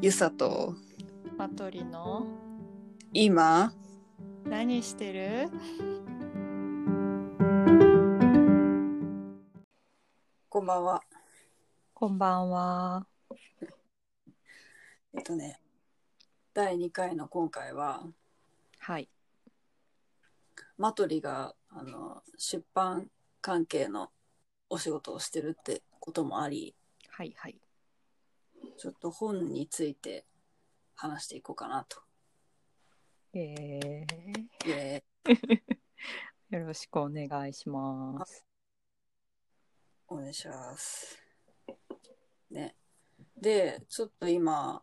ゆさとマトリの今何してるこんばんはこんばんは。えっとね第2回の今回ははい。マトリがあの出版関係のお仕事をしてるってこともありはいはい。ちょっと本について話していこうかなと。えでー、よろしくお願いします。お願いします。ね。で、ちょっと今、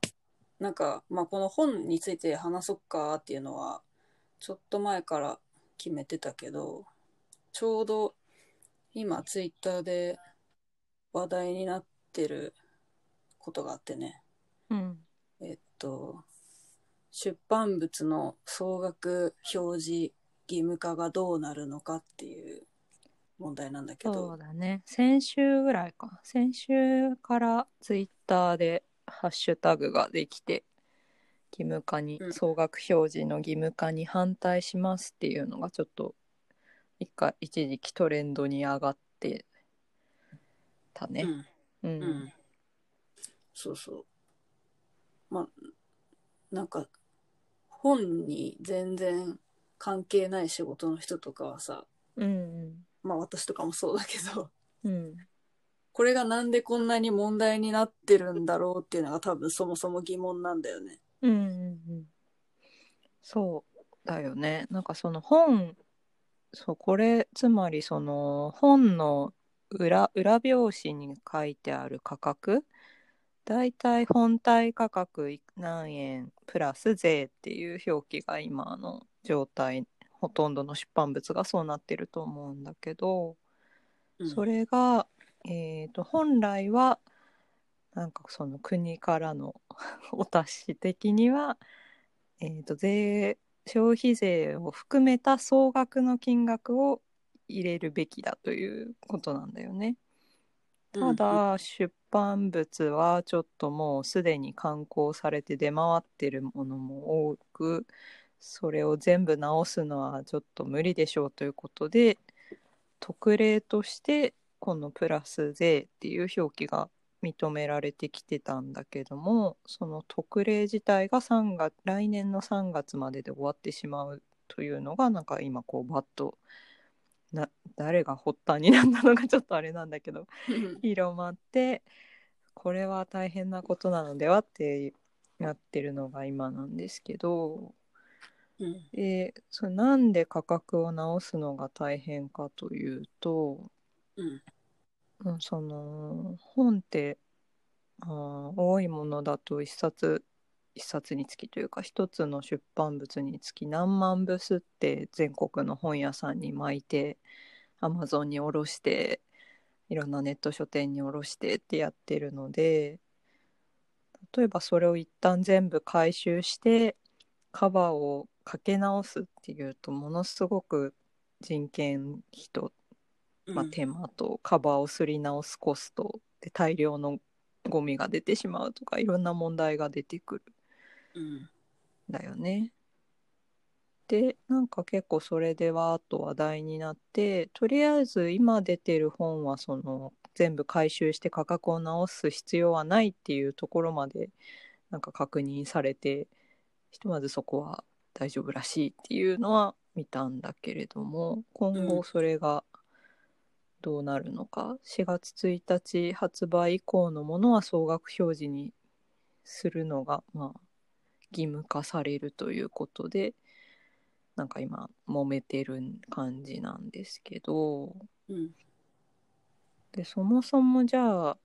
なんか、まあ、この本について話そうかっていうのは、ちょっと前から決めてたけど、ちょうど今、ツイッターで話題になってることがあってね、うん。えっと、出版物の総額表示義務化がどうなるのかっていう問題なんだけどそう、だね。先週ぐらいか。先週からツイッターでハッシュタグができて、義務化にう、ん総額表示の義務化に反対しますっていうのがちょっと、一回、一時期トレンドに上がってたうね。んう。うんん、そうそうまあなんか本に全然関係ない仕事の人とかはさうん。まあ私とかもそうだけどうん。これがなんでこんなに問題になってるんだろうっていうのが多分そもそも疑問なんだよね。うんうんうん、そうだよねなんかその本そうこれつまりその本の裏裏表紙に書いてある価格だいたい本体価格い何円プラス税っていう表記が今の状態ほとんどの出版物がそうなってると思うんだけど、うんそれが、えー、と本来はなんかその国からの お達し的には、えー、と税消費税を含めた総額の金額を入れるべきだということなんだよね。たうんだ出版物はちょっともうすでに刊行されて出回ってるものも多くそれを全部直すのはちょっと無理でしょうということで特例としてこの「プラス税」っていう表記が認められてきてたんだけどもその特例自体が3月来年の3月までで終わってしまうというのがなんか今こうバッとな誰が発端になったのかちょっとあれなんだけどうん広まってこれは大変なことなのではってなってるのが今なんですけどうんでそれなんで価格を直すのが大変かというと、うんうんその本ってあー多いものだと一冊一冊につきというか一つの出版物につき何万部すって全国の本屋さんに巻いてアマゾンに卸していろんなネット書店に卸してってやってるので例えばそれを一旦全部回収してカバーをかけ直すっていうとものすごく人件費とうんまあ、手間とカバーをすり直すコストで大量のゴミが出てしまうとかいろんな問題が出てくるうんんだよね。でなんか結構それでわーっと話題になってとりあえず今出てる本はその全部回収して価格を直す必要はないっていうところまでなんか確認されてひとまずそこは大丈夫らしいっていうのは見たんだけれども今う後んそれがどうなるのか、4月1日発売以降のものは総額表示にするのが、まあ、義務化されるということでなんか今揉めてる感じなんですけど。うんでそもそもじゃあ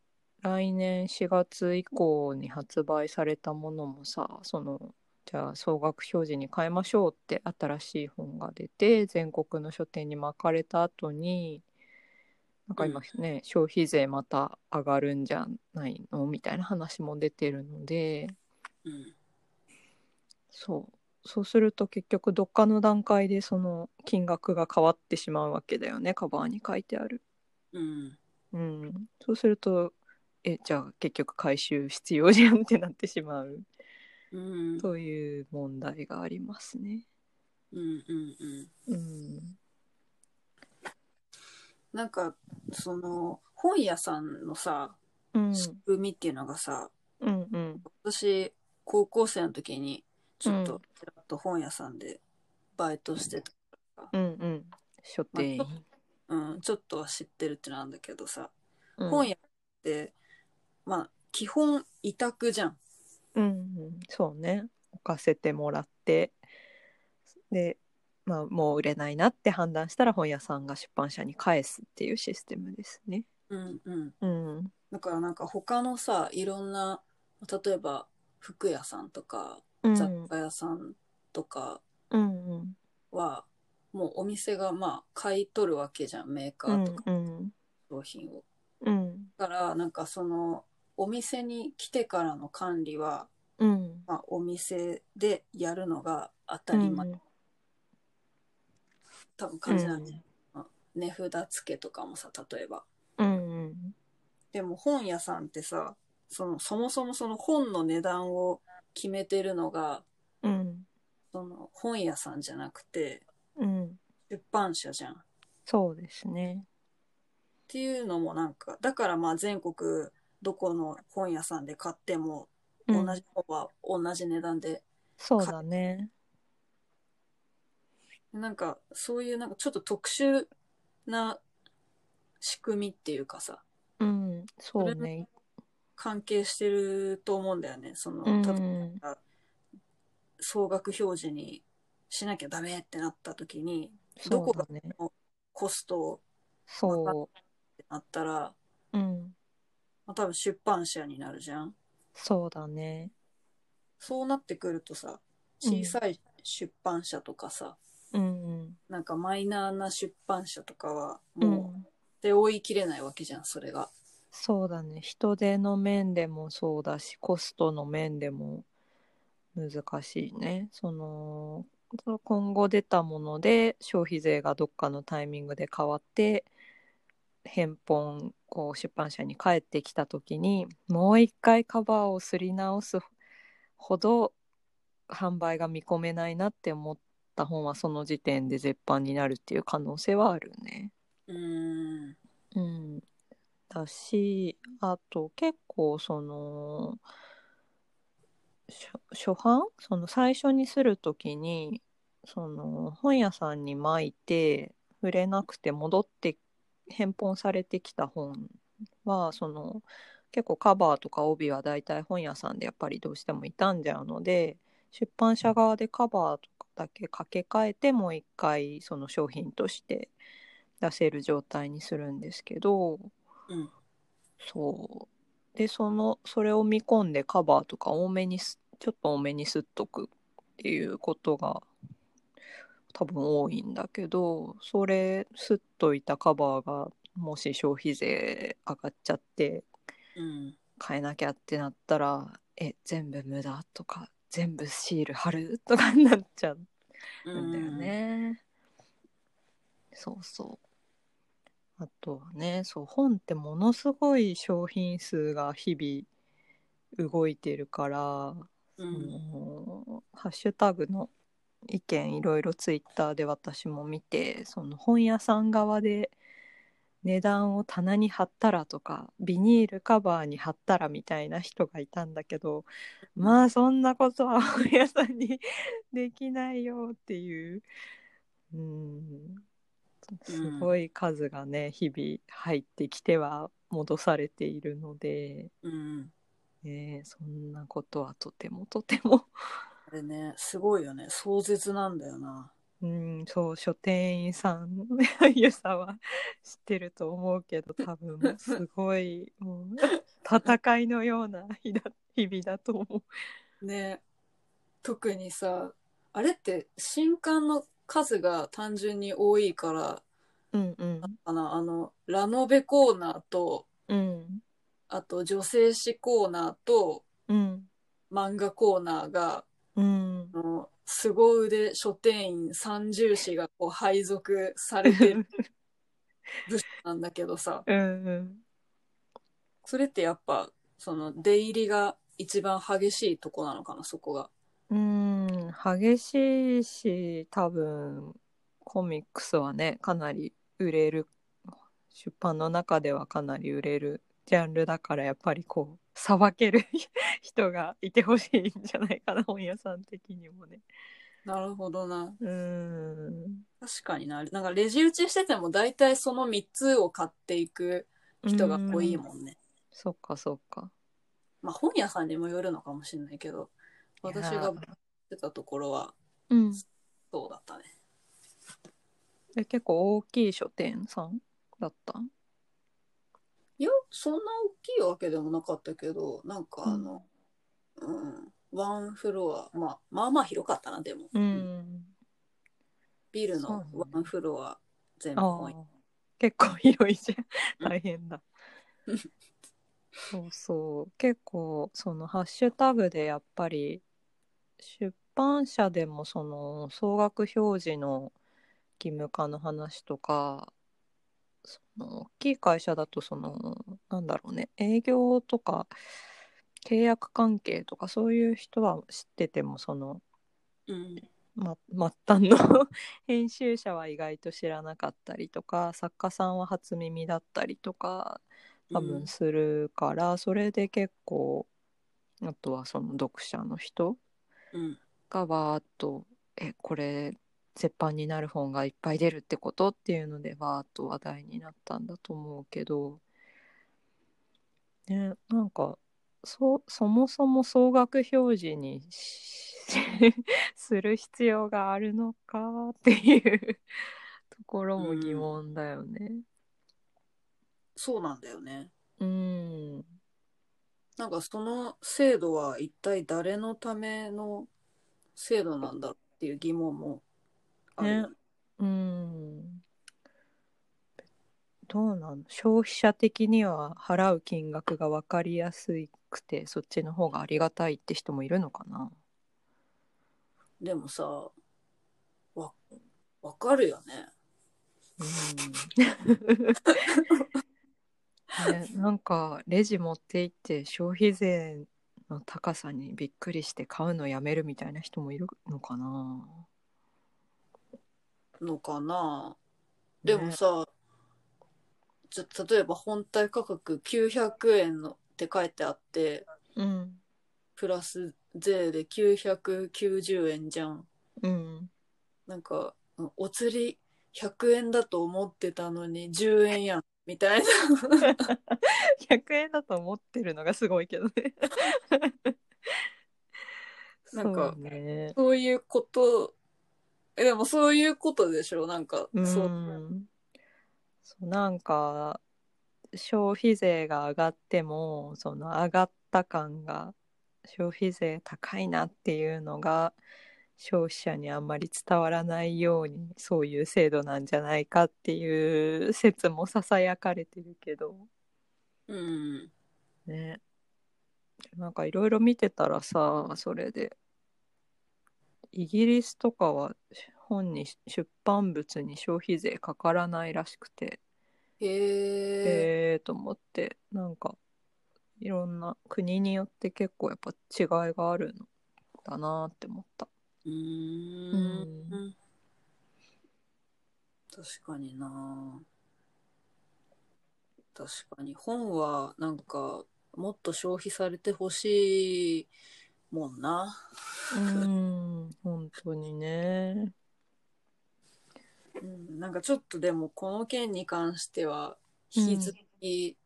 来年4月以降に発売されたものもさそのじゃあ総額表示に変えましょうって新しい本が出て全国の書店に巻かれた後になんか今ね、消費税また上がるんじゃないのみたいな話も出てるのでうんそうそうすると結局どっかの段階でその金額が変わってしまうわけだよねカバーに書いてある。うんうん、そうするとえじゃあ結局回収必要じゃんってなってしまううんうんという問題がありますね。うんうんうん、なんかその本屋さんのさうん、仕組みっていうのがさ、うん、うん、私高校生の時にちょっうとんちらっと本屋さんでバイトしてた、うん、うん、書店員。うん、ちょっとは知ってるってなんだけどさ、うん本屋ってまあ基本委託じゃん。うんうん、そうね置かせてもらってで、まあ、もう売れないなって判断したら本屋さんが出版社に返すっていうシステムですね。うんうん、うん、だからなんか他のさいろんな例えば服屋さんとかうん雑貨屋さんとかうんうんは、もうお店がまあ買い取るわけじゃんメーカーうんとかうん商品を。うんだからなんかそのお店に来てからの管理は、うんまあ、お店でやるのが当たり前、多分感じなんで、値札付けとかもさ例えば。うんうんでも本屋さんってさそのそもそもその本の値段を決めてるのがうんその本屋さんじゃなくてうん出版社じゃん。っそうですね。ていうのもなんかだからまあ全国どこの本屋さんで買ってもう同んじ本は同じ値段で、そうだね。なんかそういうなんかちょっと特殊な仕組みっていうかさうん、そうね。関係してると思うんだよねその、うん例えば総額表示にしなきゃダメってなった時にどそこうがだね。コストそってなったら、う。うん、まあ、多分出版社になるじゃん。そうだね。そうなってくるとさ小さい出版社とかさ、うんうんなんかマイナーな出版社とかはう。もうんで追い切れないわけじゃんそれが。そうだね人手の面でもそうだしコストの面でも難しいねそのその今後出たもので消費税がどっかのタイミングで変わって返本こう出版社に返ってきた時にもう一回カバーをすり直すほど販売が見込めないなって思った本はその時点で絶版になるっていう可能性はあるね。うーんうん、だしあと結構その初初版その最初にする時にその本屋さんに巻いて触れなくて戻って返本されてきた本はその結構カバーとか帯は大体本屋さんでやっぱりどうしても傷んじゃうので出版社側でカバーとかだけ掛け替えてもう一回その商品として出せる状態にするんですけどうんそうでそのそれを見込んでカバーとか多めにすちょっと多めにすっとくっていうことが多分多いんだけどそれすっといたカバーがもし消費税上がっちゃってうん買えなきゃってなったらえ全部無駄とか全部シール貼るとかになっちゃうなんだよね。そうそう。あとはね、そう、本ってものすごい商品数が日々動いてるから、うあんのハッシュタグの意見いろいろツイッターで私も見て、その本屋さん側で値段を棚に貼ったらとか、ビニールカバーに貼ったらみたいな人がいたんだけど、まあそんなことは本屋さんに できないよっていう、うん、すごい数がね日々入ってきては戻されているので、うんね、そんなことはとてもとても、あれねすごいよね壮絶なんだよな。うん、そう書店員さんの良さは知ってると思うけど多分 もうすごいもう戦いのような日だ日々だと思う。ね特にさあれって新刊の数が単純に多いからうんうんかなあのラノベコーナーとうんあと女性誌コーナーとうん漫画コーナーがうんあの凄腕書店員三重士がこう配属されてる 部署なんだけどさうんうんそれってやっぱその出入りが一番激しいとこなのかなそこが。うん激しいし多分コミックスはねかなり売れる出版の中ではかなり売れるジャンルだからやっぱりこうさばける人がいてほしいんじゃないかな本屋さん的にもね。なるほどな。うん確かにな。なんかレジ打ちしてても大体その3つを買っていく人が多いもんね。そっかそっか。まあ本屋さんにもよるのかもしれないけど、いやー私が出たところはうん、そうだったね。え結構大きい書店さんだったいや、そんな大きいわけでもなかったけど、なんかあの、うん、ワンフロア、まあ、まあまあ広かったな、でも。うん。ビルそうのねワンフロア全部あ本屋ー結構広いじゃうんん大変だうんそうそう結構そのハッシュタグでやっぱり出版社でもその総額表示の義務化の話とかその大きい会社だとそのなんだろうね営業とか契約関係とかそういう人は知っててもそのうん。ま、 末端の編集者は意外と知らなかったりとか作家さんは初耳だったりとか多うん分するから、それで結構あとはその読者の人うん。がわーっと「えこれ絶版になる本がいっぱい出るってこと?」っていうのでわーっと話題になったんだと思うけど、ね、なんかそそもそも総額表示にし する必要があるのかっていうところも疑問だよね。そうなんだよね。うんなんかその制度は一体誰のための制度なんだろうっていう疑問もあるよね。うんどうなの消費者的には払う金額が分かりやすくてそっちの方がありがたいって人もいるのかなでもさ、わ、わかるよね。うんねなんかレジ持って行って消費税の高さにびっくりして買うのやめるみたいな人もいるのかな、のかな。ねでもさ、ちょ例えば本体価格900円のって書いてあって、うんプラス税で990円じゃん。うんなんか、うんお釣り100円だと思ってたのに10円やん、みたいな。 100円だと思ってるのがすごいけどね なんかそうねそういうこと、え、でもそういうことでしょなんか、うんそう。そうなんか消費税が上がってもその上がった感が消費税高いなっていうのが消費者にあんまり伝わらないようにそういう制度なんじゃないかっていう説もささやかれてるけどうん。ねなんかいろいろ見てたらさそれでイギリスとかは本に出版物に消費税かからないらしくて。へえ。えーと思ってなんかいろんな国によって結構やっぱ違いがあるのだなって思ったうーん。確かにな確かに。本は、なんか、もっと消費されてほしいもんな。うん本当にねうん。なんかちょっとでも、この件に関しては、引き続き、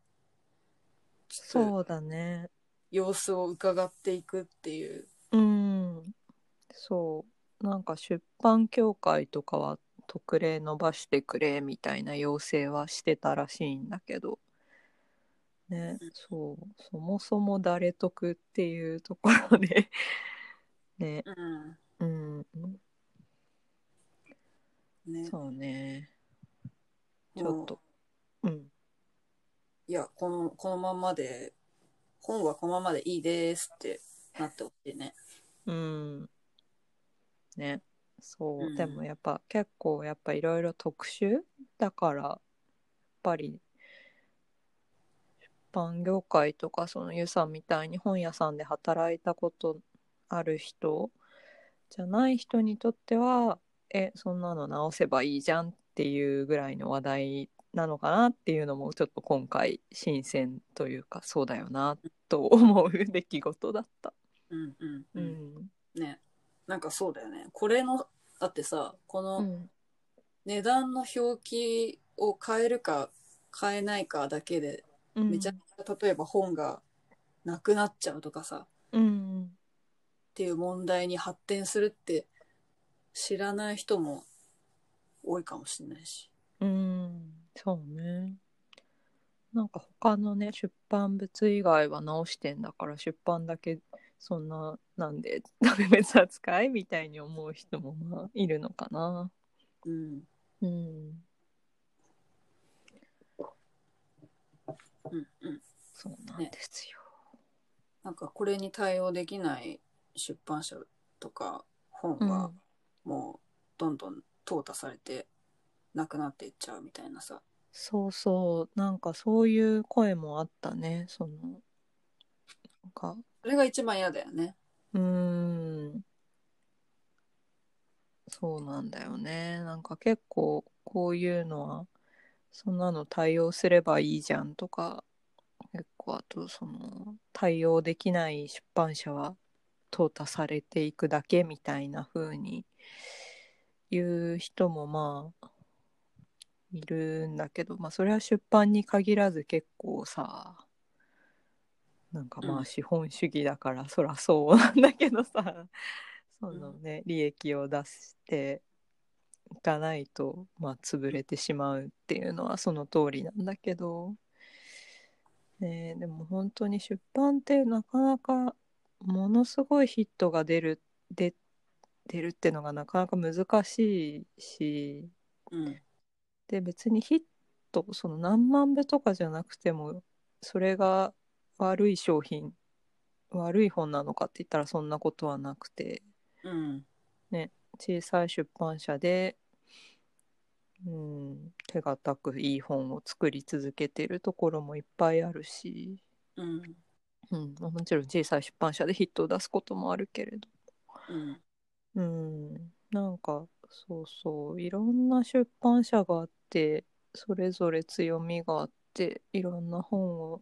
ちょっとそうだね様子を伺っていくっていう。うんそうなんか出版協会とかは特例伸ばしてくれみたいな要請はしてたらしいんだけどねそうそもそも誰得っていうところでねうん。うんね。そうねちょっと。うん。いや、この、このままで、本はこのままでいいですってなってほしいね。うん。ね。そう。うんでもやっぱ結構やっぱいろいろ特集だから、やっぱり出般業界とかそのゆさんみたいに本屋さんで働いたことある人じゃない人にとってはえそんなの直せばいいじゃんっていうぐらいの話題なのかなっていうのもちょっと今回新鮮というかそうだよなと思う出来事だった。うんうんうう、んねなんかそうだよねこれのだってさこうのん値段の表記を変えるか変えないかだけでうん、めちゃくちゃ例えば本がなくなっちゃうとかさうんっていう問題に発展するって知らない人も多いかもしれないし。うん、そうね。なんか他のね、出版物以外は直してんだから、出版だけそんな、なんで特別扱いみたいに思う人もまあいるのかな。うんううん、んうん、そうなんですよ。なんかこれに対応できない出版社とか本うんはもうどんどん淘汰されてなくなっていっちゃうみたいなさ。そうそう、なんかそういう声もあったね、その、なんか、それが一番嫌だよね。うーん。そうなんだよね。なんか結構こういうのは、そんなの対応すればいいじゃんとか、結構あとその対応できない出版社は淘汰されていくだけみたいな風に言う人もまあいるんだけど、まあそれは出版に限らず結構さ、なんかまうあん資本主義だからそらそうなんだけどさ、そのね、利益を出していかないと、まあ潰れてしまうっていうのはその通りなんだけど、ねえ、でも本当に出版ってなかなかものすごいヒットが出る、出、出るってのがなかなか難しいし、うん。で別にヒットその何万部とかじゃなくてもそれが悪い商品悪い本なのかって言ったらそんなことはなくてうん。小さい出版社で、うん、手堅くいい本を作り続けてるところもいっぱいあるし、うん。うん、まあもちろん小さい出版社でヒットを出すこともあるけれど。うん。うん、なんかそうそういろんな出版社があってそれぞれ強みがあっていろんな本を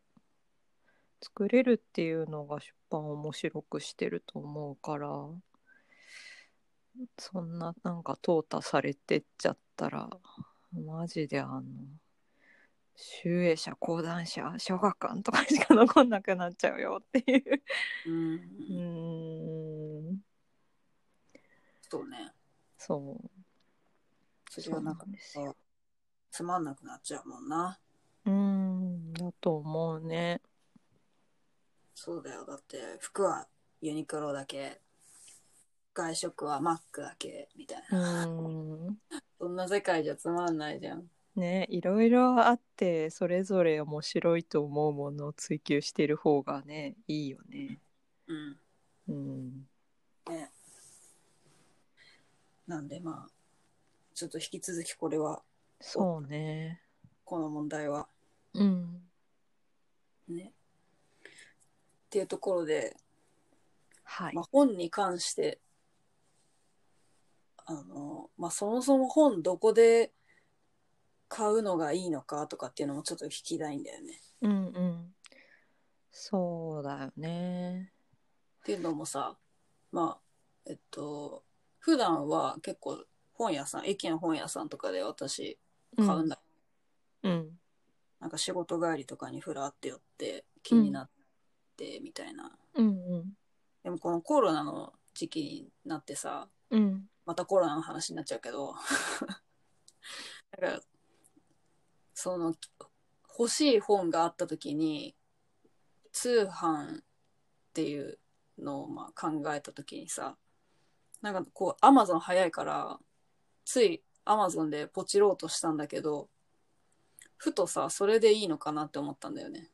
作れるっていうのが出版を面白くしてると思うからそんななんか淘汰されてっちゃったらマジであの集英社講談社小学館とかしか残んなくなっちゃうよっていう。うん。ううんーんそうね。そうそれはなんかそうなんですよつまんなくなっちゃうもんな。うーん、だと思うね。そうだよ。だって服はユニクロだけ、外食はマックだけみたいうな。ーん。そんな世界じゃつまんないじゃん。ね、いろいろあって、それぞれ面白いと思うものを追求してる方がね、いいよね。うん。うん。ね。なんでまあ、ちょっと引き続きこれは、そうね。この問題はうん。ね。っていうところで、はいま。あ、本に関してあの、まあ、そもそも本どこで買うのがいいのかとかっていうのもちょっと聞きたいんだよね。うんうん。そうだよね。っていうのもさまあえっと普段は結構本屋さん駅の本屋さんとかで私買うんだ、うん。なんか仕事帰りとかにふらって寄って気になってみたいな、うんうん。でもこのコロナの時期になってさうん。またコロナの話になっちゃうけど なんかその欲しい本があった時に通販っていうのをまあ考えた時にさなんかこうアマゾン早いからついアマゾンでポチろうとしたんだけどふとさそれでいいのかなって思ったんだよね。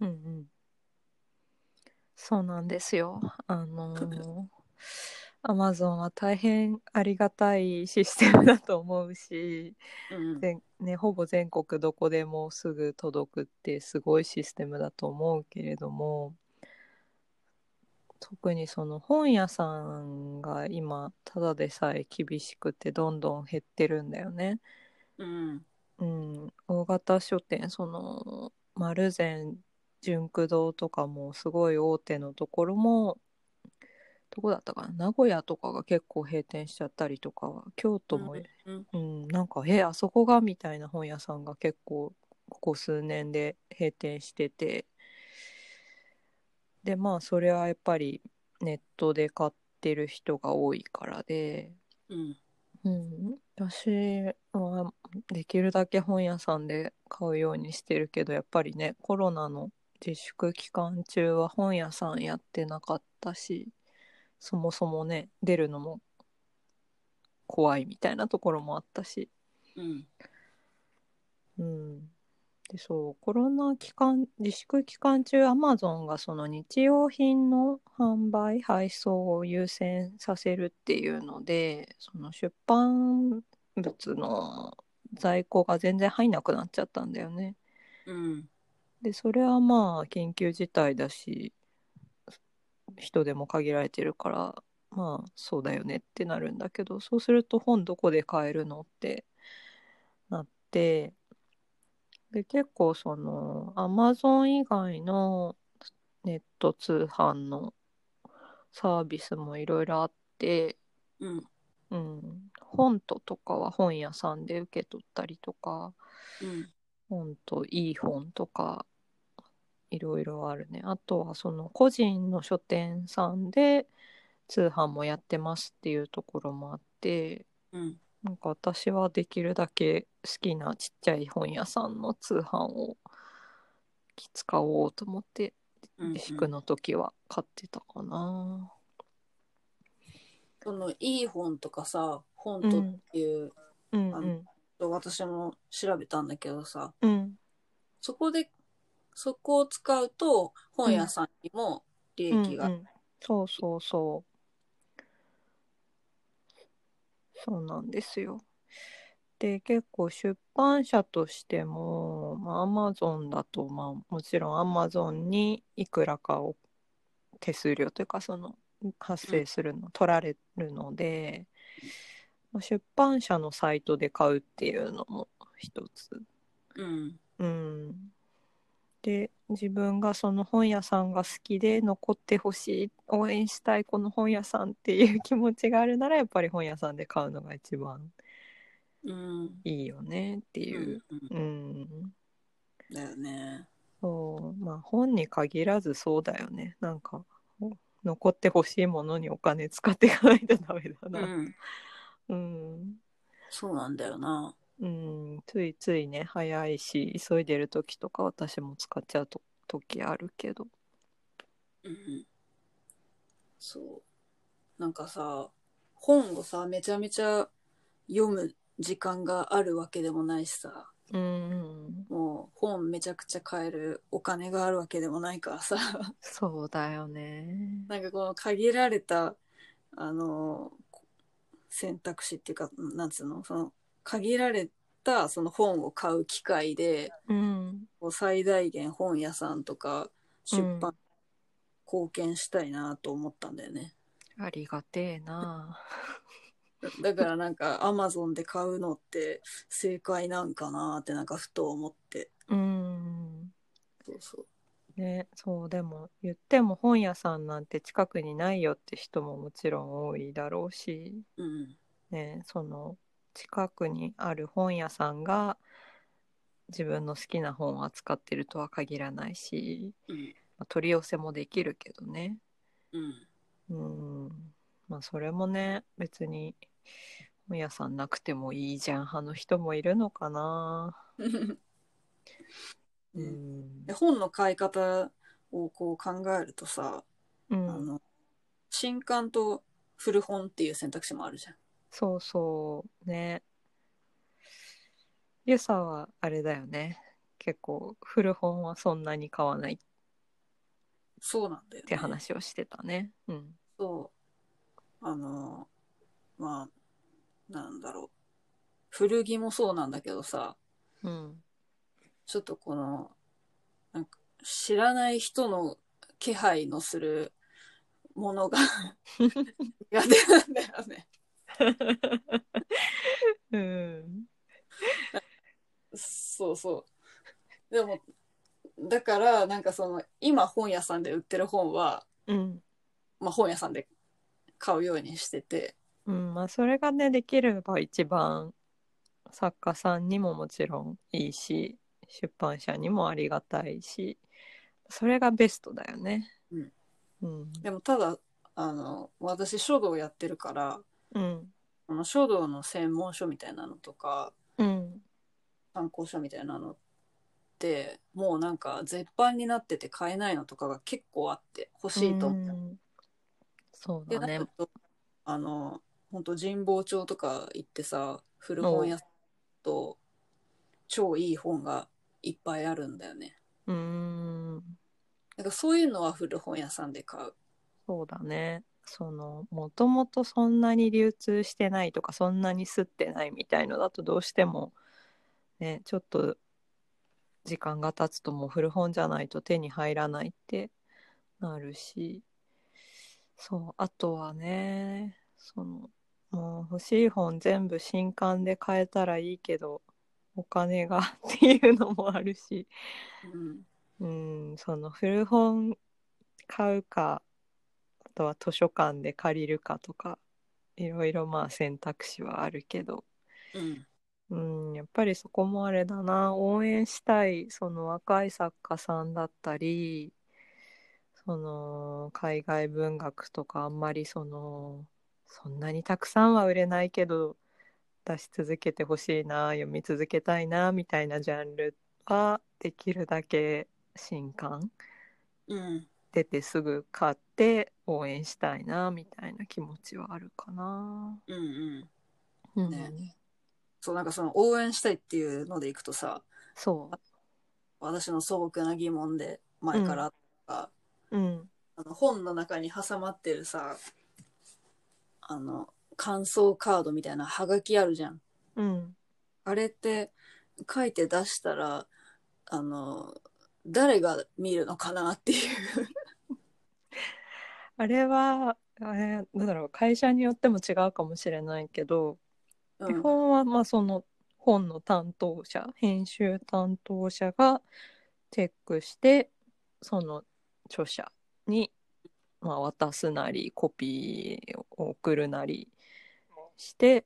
う んうん。そうなんですよ。あのーアマゾンは大変ありがたいシステムだと思うし、うん全ね、ほぼ全国どこでもすぐ届くってすごいシステムだと思うけれども特にその本屋さんが今ただでさえ厳しくてどんどん減ってるんだよね。うんうん、大型書店その丸善純駆堂とかもすごい大手のところもどこだったかな名古屋とかが結構閉店しちゃったりとか京都も、うんうん、なんか「えあそこが?」みたいな本屋さんが結構ここ数年で閉店しててでまあそれはやっぱりネットで買ってる人が多いからで。うんうん、私はできるだけ本屋さんで買うようにしてるけどやっぱりねコロナの自粛期間中は本屋さんやってなかったしそもそもね出るのも怖いみたいなところもあったし、うんうん、でそうコロナ期間自粛期間中アマゾンがその日用品の販売配送を優先させるっていうのでその出版物の在庫が全然入んなくなっちゃったんだよね。うんでそれはまあ緊急事態だし人でも限られてるからまあそうだよねってなるんだけどそうすると本どこで買えるのってなってで結構そのアマゾン以外のネット通販のサービスもいろいろあって、うんうん、本ととかは本屋さんで受け取ったりとかうん本といい本とかいろいろあるねあとはその個人の書店さんで通販もやってますっていうところもあってうんなんか私はできるだけ好きなちっちゃい本屋さんの通販を使おうと思ってうん自粛の時は買ってたかな。そのいい本とかさ本とっていう、うんあうん私も調べたんだけどさうんそこでそこを使うと本屋さんにも利益が、うんうん、そうそうそうそうなんですよで結構出版社としても、まあ、Amazon だと、まあ、もちろん Amazon にいくらかを手数料というかその発生するの、取られるので、まあ出版社のサイトで買うっていうのも一つうんうん、で自分がその本屋さんが好きで残ってほしい応援したいこの本屋さんっていう気持ちがあるならやっぱり本屋さんで買うのが一番うんいいよねっていう。うんうんだよねそうまあ本に限らずそうだよねなんかお残ってほしいものにお金使っていかないとダメだうな。んうんそうなんだよなうん、ついついね早いし急いでる時とか私も使っちゃうと時あるけど。うんそうなんかさ本をさめちゃめちゃ読む時間があるわけでもないしさうんもう本めちゃくちゃ買えるお金があるわけでもないからさそうだよね。なんかこの限られたあのこ選択肢っていうかなんつうのその限られたその本を買う機会でうん。こう最大限本屋さんとか出版、貢献したいなと思ったんだよね。ありがてえな。だからなんかアマゾンで買うのって正解なんかなってなんかふと思ってうん。そうそうね、そう、でも言っても本屋さんなんて近くにないよって人ももちろん多いだろうし、うんね、その近くにある本屋さんが自分の好きな本を扱ってるとは限らないし、うんまあ取り寄せもできるけどね。 うんうんまあそれもね別に本屋さんなくてもいいじゃん派の人もいるのかな。ううんんで本の買い方をこう考えるとさ、うあん、の新刊と古本っていう選択肢もあるじゃんそうそうね。ゆさはあれだよね結構古本はそんなに買わないっそうなんだよ、ね、て話をしてたね。うん、そあの、まあ、なんだろう。古着もそうなんだけどさ、うんちょっとこの、なんか知らない人の気配のするもの が苦手なんだよね。うんそうそう。でも、だから、なんかその、今本屋さんで売ってる本は、うんまあ本屋さんで買うようにしてて、うんまあそれがねできれば一番作家さんにももちろんいいし出版社にもありがたいしそれがベストだよね。うんうんでもただ、あの、私書道やってるから、うんあの書道の専門書みたいなのとか、うん参考書みたいなのって、もうなんか絶版になってて買えないのとかが結構あって、欲しいと思ってうんそうでだなねる。とあの本当神保町とか行ってさ古本屋と超いい本がいっぱいあるんだよねうんなんかそういうのは古本屋さんで買うそうだね。そのもともとそんなに流通してないとかそんなに吸ってないみたいのだとどうしてもねちょっと時間が経つともう古本じゃないと手に入らないってなるしそうあとはねそのもう欲しい本全部新刊で買えたらいいけどお金が っていうのもあるしうんうん、その古本買うか、あとは図書館で借りるかとか、いろいろまあ選択肢はあるけど、うんうん、やっぱりそこもあれだな、応援したい、その若い作家さんだったり、その海外文学とかあんまりその、そんなにたくさんは売れないけど、出し続けてほしいな、読み続けたいな、みたいなジャンルは、できるだけ新刊うん出てすぐ買って応援したいなみたいな気持ちはあるかな。うんうんうんねそうなんかその応援したいっていうのでいくとさそ私の素朴な疑問で前からあったのが、う。うん。あの本の中に挟まってるさあの感想カードみたいなハガキあるじゃんうん。あれって書いて出したら、あの、誰が見るのかなっていう。あれは、えー、なんだろう、会社によっても違うかもしれないけど、う基ん、本はまあその本の担当者、編集担当者がチェックして、その著者に、まあ、渡すなり、コピーを送るなりして、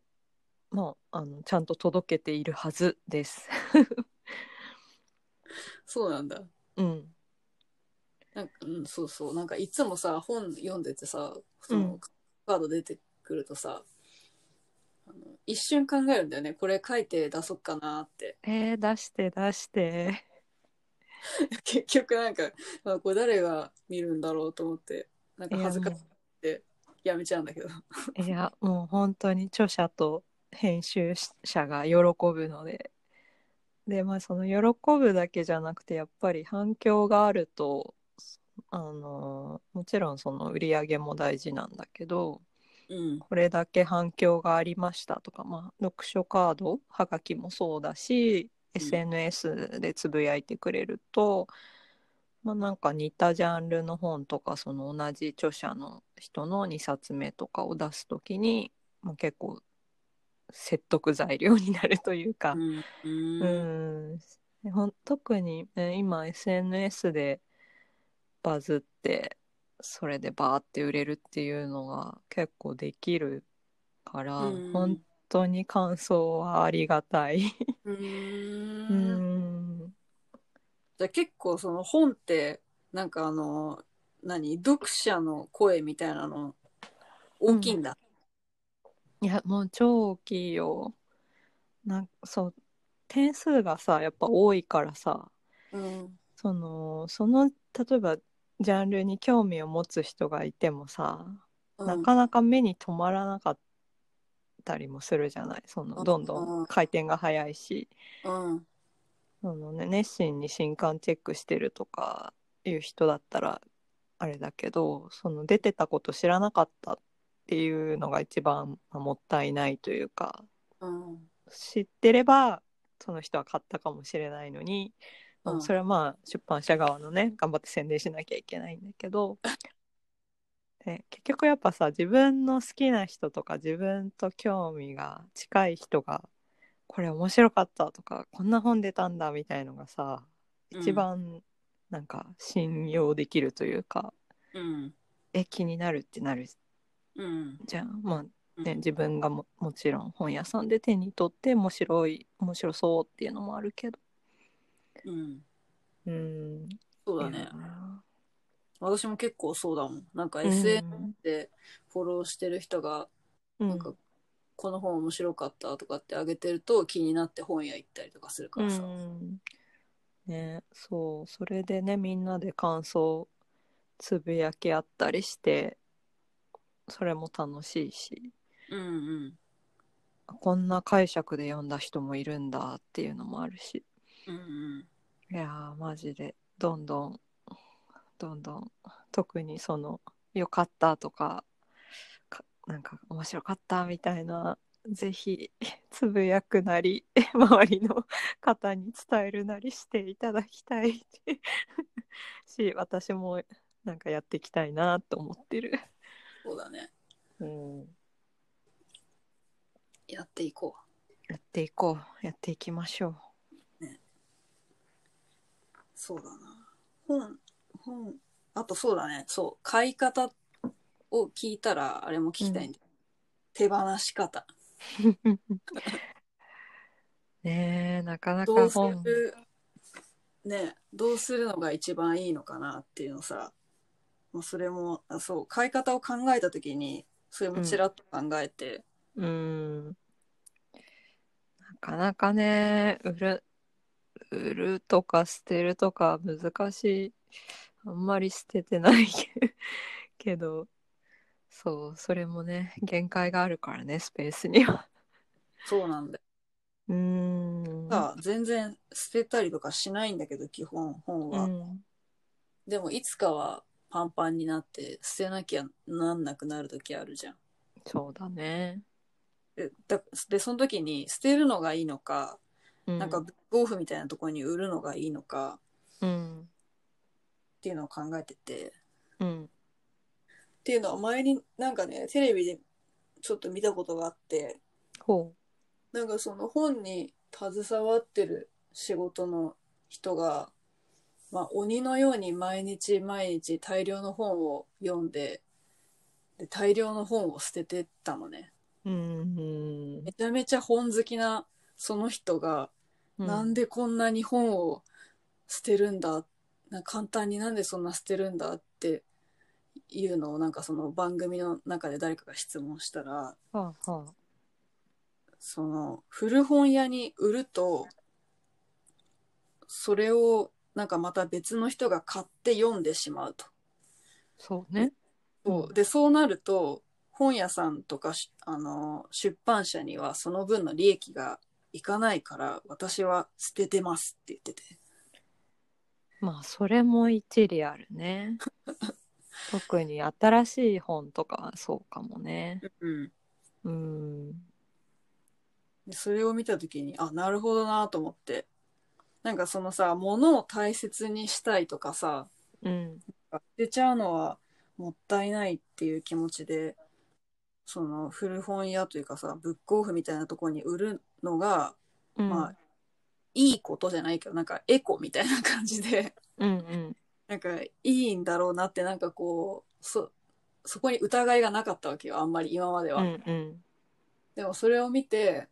まあ、あのちゃんと届けているはずです。そうなんだ。うん。なんか、うん、そうそう。なんかいつもさ、本読んでてさ、そうのんカード出てくるとさ、あの一瞬考えるんだよね。これ書いて出そっかなって。 えー、出して出して。結局なんか、まあ、これ誰が見るんだろうと思って、なんか恥ずかしくてやめちゃうんだけど。 いや、もう本当に著者と編集者が喜ぶので。で、まあその喜ぶだけじゃなくて、やっぱり反響があると、あのーもちろんその売り上げも大事なんだけど、うん。これだけ反響がありましたとか、まあ、読書カードはがきもそうだし、うん SNS でつぶやいてくれると、まあ、なんか似たジャンルの本とかその同じ著者の人の2冊目とかを出す時に、まあ、結構説得材料になるというか、うん。う。うんん、ほん特に、ね、今 SNS でバズってそれでバーって売れるっていうのが結構できるから、うん本当に感想はありがたい。ううんん、じゃあ結構その本ってなんかあの何読者の声みたいなの大きいんだ。いやもう超大きいよ。なんそう点数がさやっぱ多いからさうんそのその例えばジャンルに興味を持つ人がいてもさうんなかなか目に留まらなかったりもするじゃないそのどんどん回転が速いしうんその、ね、熱心に新刊チェックしてるとかいう人だったらあれだけどその出てたこと知らなかったっていうのが一番まあもったいないというかうん知ってればその人は買ったかもしれないのに、うんそれはまあ出版社側のね頑張って宣伝しなきゃいけないんだけどで結局やっぱさ自分の好きな人とか自分と興味が近い人がこれ面白かったとかこんな本出たんだみたいのがさうん一番なんか信用できるというか、うんえ気になるってなるうんじゃん。まあうんね、自分がももちろん本屋さんで手に取って面白い面白そうっていうのもあるけどうんうんそそうだね私も結構そうだもんなんか SNS でフォローしてる人がななんかこの本面白かったとかってあげてると気になって本屋行ったりとかするからさうんねそうそれでねみんなで感想つぶやき合ったりしてそれも楽しいしうんうんこんな解釈で読んだ人もいるんだっていうのもあるしうんうんいやーマジでどんどんどんどん特にその「良かった」とかかなんか「面白かった」みたいなぜひつぶやくなり 周りの方に伝えるなりしていただきたい ってし私もなんかやっていきたいなと思ってる。そうだねうん、やっていこうやっていこうやっていきましょう。そうだな本本あとそうだねそう買い方を聞いたらあれも聞きたいんだ、手放し方ねえなかなどかうす本るねどうするのが一番いいのかなっていうのさもうそれもあそう買い方を考えた時にそれもちらっと考えて、うんなかなかね、売る、売るとか捨てるとか難しい。あんまり捨ててないけど、そう、それもね、限界があるからね、スペースには。そうなんだようーん。さ全然捨てたりとかしないんだけど基本本は、うんでもいつかはパンパンになって捨てなきゃなんなくなる時あるじゃんそうだね。でだでその時に捨てるのがいいのか、うなんかブックオフみたいなところに売るのがいいのかうん。っていうのを考えててうん。っていうのは前になんかねテレビでちょっと見たことがあってほなんかその本に携わってる仕事の人が、まあ、鬼のように毎日毎日大量の本を読んでで大量の本を捨ててったのねう。うん。めちゃめちゃ本好きなその人が、なんでこんなに本を捨てるんだなんか簡単になんでそんな捨てるんだっていうのをなんかその番組の中で誰かが質問したらはあはあ。その古本屋に売るとそれをなんかまた別の人が買って読んでしまうと。そうね。そううでそうなると本屋さんとかしあの出版社にはその分の利益がいかないから私は捨ててますって言っててまあそれも一理あるね 特に新しい本とかはそうかもねうん、うんでそれを見た時にあなるほどなと思ってなんかそのさ物を大切にしたいとかさうん捨てちゃうのはもったいないっていう気持ちでその古本屋というかさブックオフみたいなところに売るのが、うんまあいいことじゃないけどなんかエコみたいな感じで うんうんなんかいいんだろうなってなんかこうそそこに疑いがなかったわけよあんまり今までうは、んうんでもそれを見て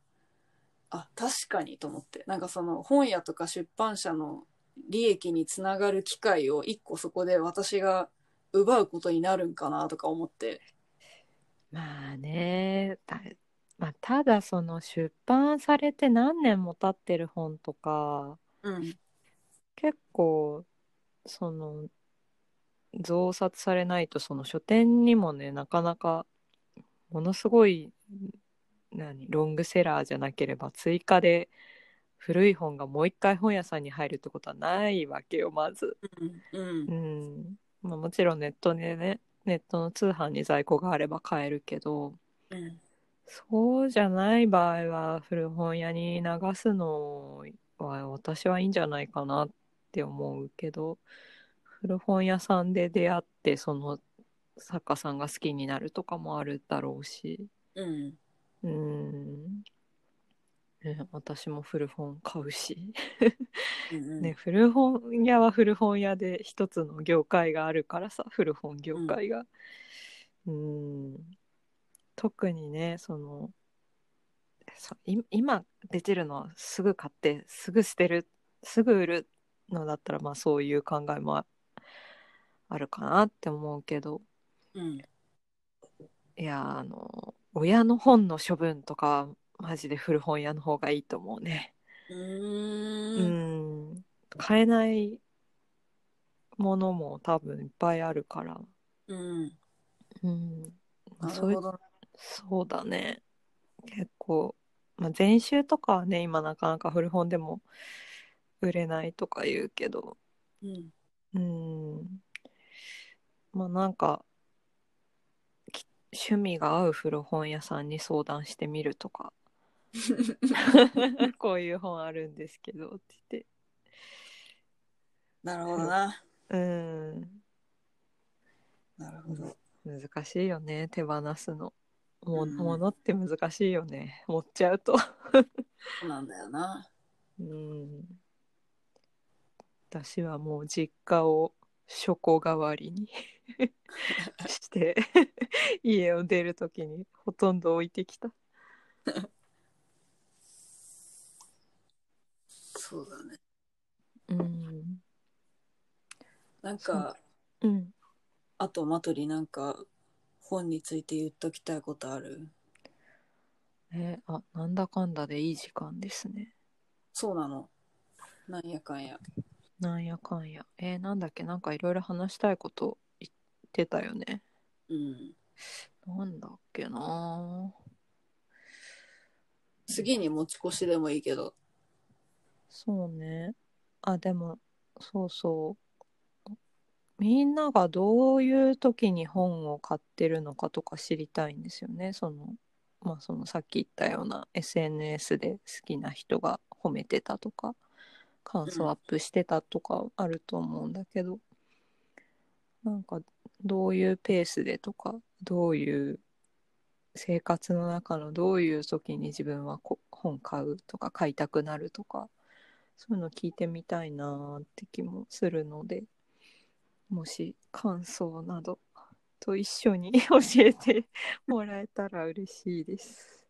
あ確かにと思ってなんかその本屋とか出版社の利益につながる機会を一個そこで私が奪うことになるんかなとか思ってまあねた,、まあ、ただその出版されて何年も経ってる本とかうん結構その増刷されないとその書店にもねなかなかものすごい何ロングセラーじゃなければ追加で古い本がもう一回本屋さんに入るってことはないわけよまず。うんうんうんまあ、もちろんネットでねネットの通販に在庫があれば買えるけどうん。そうじゃない場合は古本屋に流すのは私はいいんじゃないかなって思うけど古本屋さんで出会ってその作家さんが好きになるとかもあるだろうしうん。うーん、ね、私も古本買うし、うんうんね、古本屋は古本屋で一つの業界があるからさ古本業界が。うーん特にねそのそい今出てるのはすぐ買ってすぐ捨てるすぐ売るのだったらまあそういう考えもああるかなって思うけどうん。いやあの親の本の処分とかマジで古本屋の方がいいと思うね。ううーん。ーん買えないものも多分いっぱいあるから、うん。うん、まあなるそういほうど。そうだね。結構、まあ、全集とかはね、今なかなか古本でも売れないとか言うけど、うん。うん。まあなんか、き趣味が合う古本屋さんに相談してみると か、こういう本あるんですけど、って言って。なるほどな。うん。なるほど。難しいよね、手放すの。もうんものって難しいよね、持っちゃうと。そうなんだよな。うん私はもう実家を書庫代わ りにして家を出る時にほとんど置いてきたそうだね。うんなんか、うんあと、マトリなんか、本について言っときたいことあるえあなんだかんだでいい時間ですねそうなの。なんやかんや。なんやかんやえなんだっけなんかいろいろ話したいこと言ってたよねうん。なんだっけな次に持ち越しでもいいけど。そうね。あ、でも、そうそう。みんながどういう時に本を買ってるのかとか知りたいんですよね。その、まあそのさっき言ったような SNS で好きな人が褒めてたとか、感想アップしてたとかあると思うんだけど、なんかどういうペースでとか、どういう生活の中のどういう時に自分はこ本買うとか買いたくなるとかそういうの聞いてみたいなーって気もするのでもし感想などと一緒に 教えてもらえたら嬉しいです。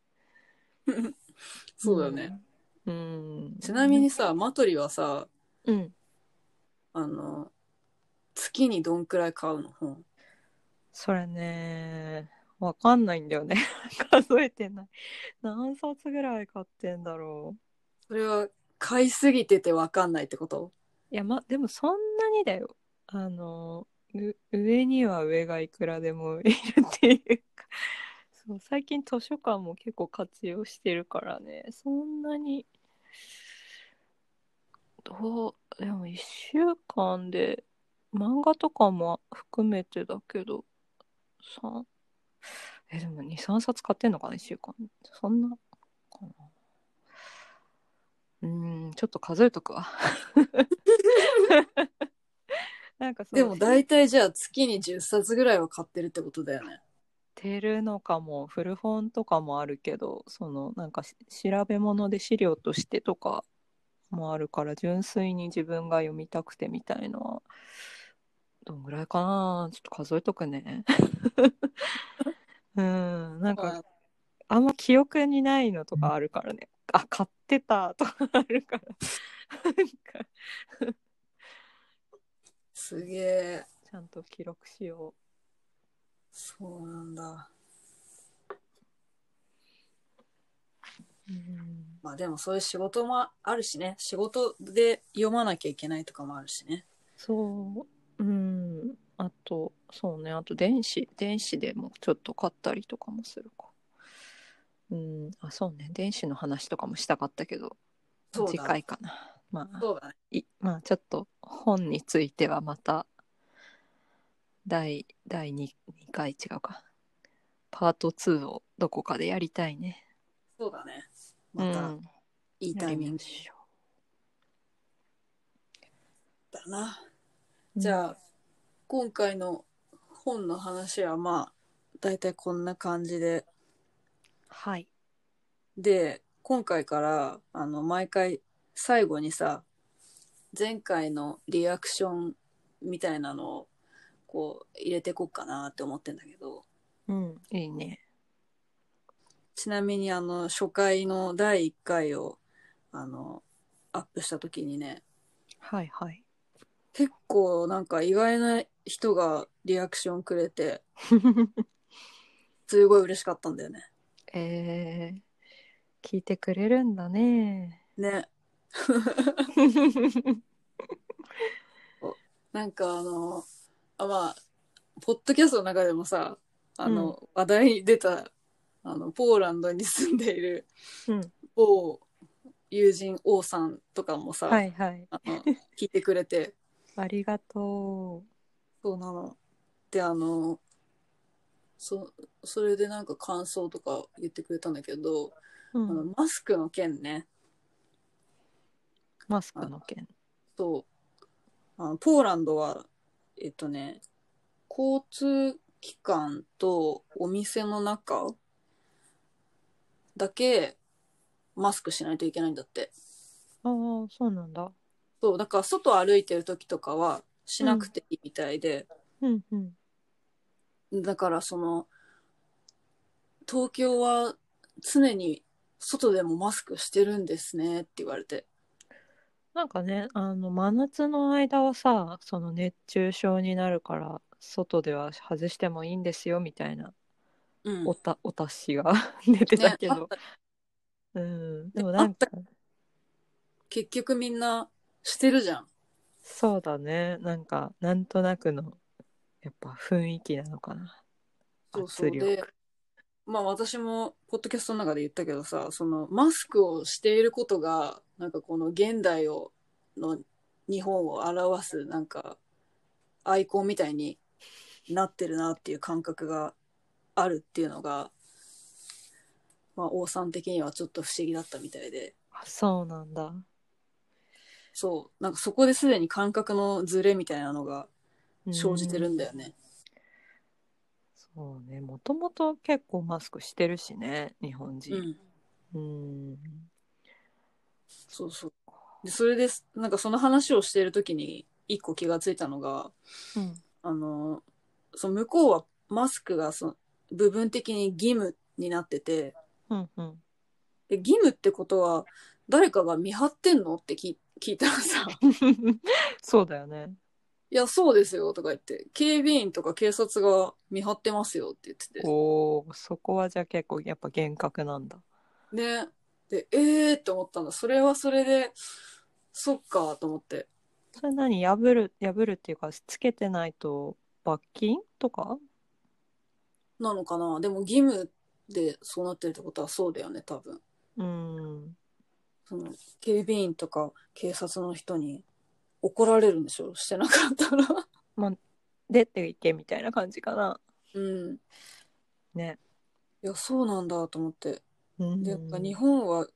そうだね。うん。うんちなみに、さ、マトリはさ、うん、あの、月にどんくらい買うの本。それねわかんないんだよね 数えてない何冊ぐらい買ってんだろうそれは、買いすぎててわかんないってこといや、ま、でもそんなにだよ。あの、う上には上がいくらでもいるっていうか、 そう、最近図書館も結構活用してるからね、そんなに、どう、でも1週間で、漫画とかも含めてだけど、三え、でも2、3冊買ってんのかな、1週間。そんな、かな。うーん、ちょっと数えとくわ。 なんかそうでも大体じゃあ月に10冊ぐらいは買ってるってことだよね。てるのかも古本とかもあるけどそのなんかし調べ物で資料としてとかもあるから純粋に自分が読みたくてみたいなどんぐらいかなちょっと数えとくね うんなんかああんま記憶にないのとかあるからねあ買ってたとかあるから なんかすげえ。ちゃんと記録しよそうなんだ。う、うん、まあでもそういう仕事もあるしね。仕事で読まなきゃいけないとかもあるしね。そう、うん、あと、そうね、あと電子、電子でもちょっと買ったりとかもするか。うん、あ、そうね、電子の話とかもしたかったけど、そうだ次回かな。まあ、そうだね。いまあ、ちょっと本についてはまた第第 2, 2回違うかパート2をどこかでやりたいねそうだね。また、うんいいタイミングやりましょだな。うじゃあ、今回の本の話はまあ、大体こんな感じで。はいで、今回から、あの、毎回、最後にさ、前回のリアクションみたいなのを、こう、入れてこっかなって思ってんだけど、うんいいねちなみに、あの、初回の第1回を、あの、アップした時にね、はいはい結構なんか意外な人がリアクションくれて、すごい嬉しかったんだよね。えー、聞いてくれるんだ ねね。なんかあの、あまあ、ポッドキャストの中でもさ、あの、話題に出た、あの、ポーランドに住んでいるうん某友人王さんとかもさ、はいはいあの聞いてくれて、ありがとそうなの。で、あの、そ、それでなんか感想とか言ってくれたんだけど、う、うあのん、マスクの件ね、マスクの件そうあのポーランドはえっとね交通機関とお店の中だけマスクしないといけないんだってああそうなんだそうだから外歩いてる時とかはしなくていいみたいで、うんうんだからその東京は常に外でもマスクしてるんですねって言われてなんかねあの真夏の間はさその熱中症になるから外では外してもいいんですよみたいなうんおたお達しが 出てたけねあど、ったうんでもなんか結局みんなしてるじゃんそうだねなんかなんとなくのやっぱ雰囲気なのかなそうそう圧力でまあ私もポッドキャストの中で言ったけどさそのマスクをしていることがなんかこの現代をの日本を表すなんかアイコンみたいになってるなっていう感覚があるっていうのが、まあ、王さん的にはちょっと不思議だったみたいであそうなんだそうなんかそこですでに感覚のズレみたいなのが生じてるんだよね。そうねもともと結構マスクしてるしね日本う人んうんそうそう。で、それです、なんかその話をしているときに、一個気がついたのが、うんあの、その向こうはマスクがその部分的に義務になってて、うんうん で義務ってことは、誰かが見張ってんのって聞聞いたらさ、 そうだよねいや、そうですよとか言って、警備員とか警察が見張ってますよって言ってて、おーそこはじゃあ結構やっぱ厳格なんだね。で、えーって思ったんだ。それはそれで、そっかと思って。それ何破る破るっていうかつけてないと罰金とかなのかなでも義務でそうなってるってことはそうだよね、多分。うんその警備員とか警察の人に怒られるんでしょしてなかったら。出ていけみたいな感じかなうん。ねいや、そうなんだと思って。うんで、やっぱ日本は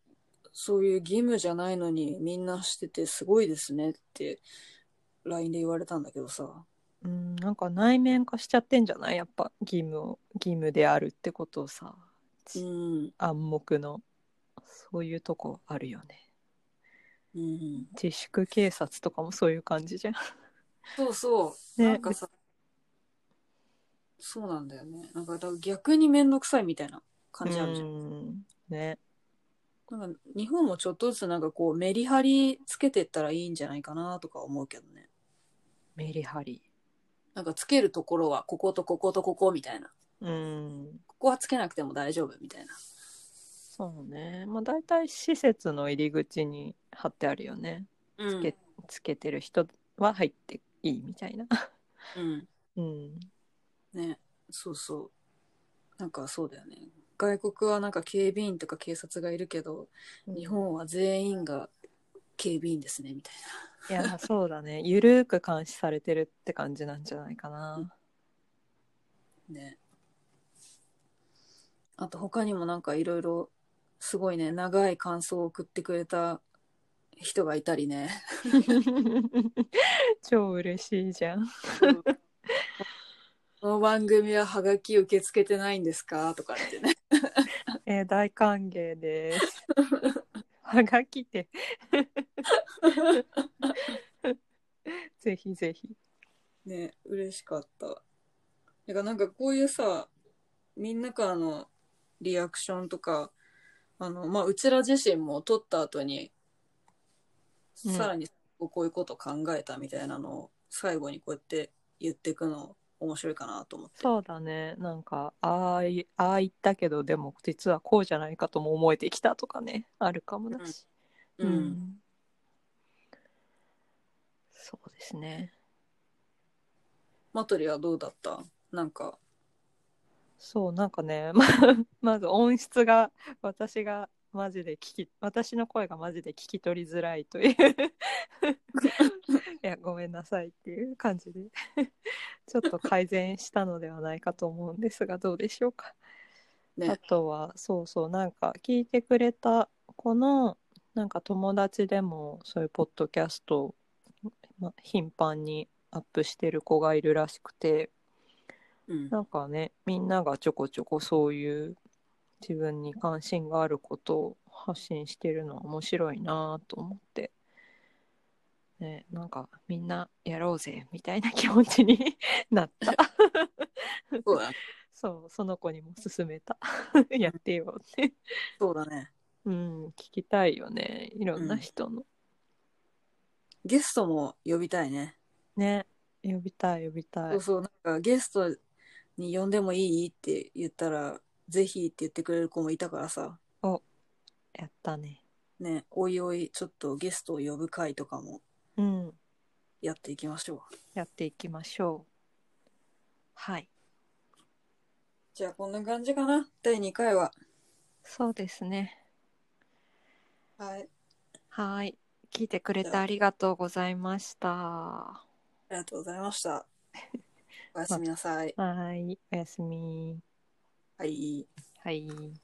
そういう義務じゃないのにみんなしててすごいですねって LINE で言われたんだけどさ。うんなんか内面化しちゃってんじゃないやっぱ義務を義務であるってことをさうん。暗黙のそういうとこあるよねうん。自粛警察とかもそういう感じじゃんそうそう。ね なんかさ、そうなんだよね。なんかだから逆にめんどくさいみたいな感じあるじゃん。うんねなんか日本もちょっとずつなんかこうメリハリつけてったらいいんじゃないかなとか思うけどね。メリハリなんかつけるところはこことこことここみたいな。うんここはつけなくても大丈夫みたいな。そうねまあ大体施設の入り口に貼ってあるよねうつけ,、つけてる人は入っていいみた いなうん。うんね。そうそう。なんかそうだよね。外国はなんか警備員とか警察がいるけど、日本は全員が警備員ですねみたい いやそうだねゆるーく監視されてるって感じなんじゃないかなね。あと他にもなんかいろいろすごいね、長い感想を送ってくれた人がいたりね。超嬉しいじゃん。 この番組はハガキ受け付けてないんですかとかってね。えー大歓迎です。はがき て。ぜひぜひ。ね、嬉しかった。だからなんかこういうさ、みんなからのリアクションとか、あの、まあ、うちら自身も撮った後に、うんさらにこういうこと考えたみたいなのを最後にこうやって言っていくの面白いかなと思って。そうだね。なんか、ああい、ああ言ったけど、でも実はこうじゃないかとも思えてきたとかね、あるかもだし。うん。うんそうですね。マトリはどうだったなんか、そう、なんかね、 ま、まず音質が、私がマジで聞き、私の声がマジで聞き取りづらいという。いや、ごめんなさいっていう感じで、 ちょっと改善したのではないかと思うんですが、どうでしょうか。ねあとは、そうそう、なんか聞いてくれた子の、なんか友達でも、そういうポッドキャストを、ま、頻繁にアップしてる子がいるらしくて、うん。なんかね、みんながちょこちょこそういう自分に関心があることを発信してるのは面白いなと思って、ね、なんかみんなやろうぜみたいな気持ちになった。 そうだね。そう、その子にも勧めた。 やってよって。そうだね。うん、聞きたいよね。いろんな人の。ゲストも呼びたいね。ね、呼びたい呼びたそ。いうそう、なんかゲストに呼んでもいいって言ったら、ぜひって言ってくれる子もいたからさ、やったね。ね、おいおい、ちょっとゲストを呼ぶ会とかもうん、やっていきましょう。やっていきましょう。はい。じゃあこんな感じかな、第2回は。そうですね。はい。はい。聞いてくれてありがとうございました。はありがとうございました。おやすみなさい。い。おやすみ。はい。はい。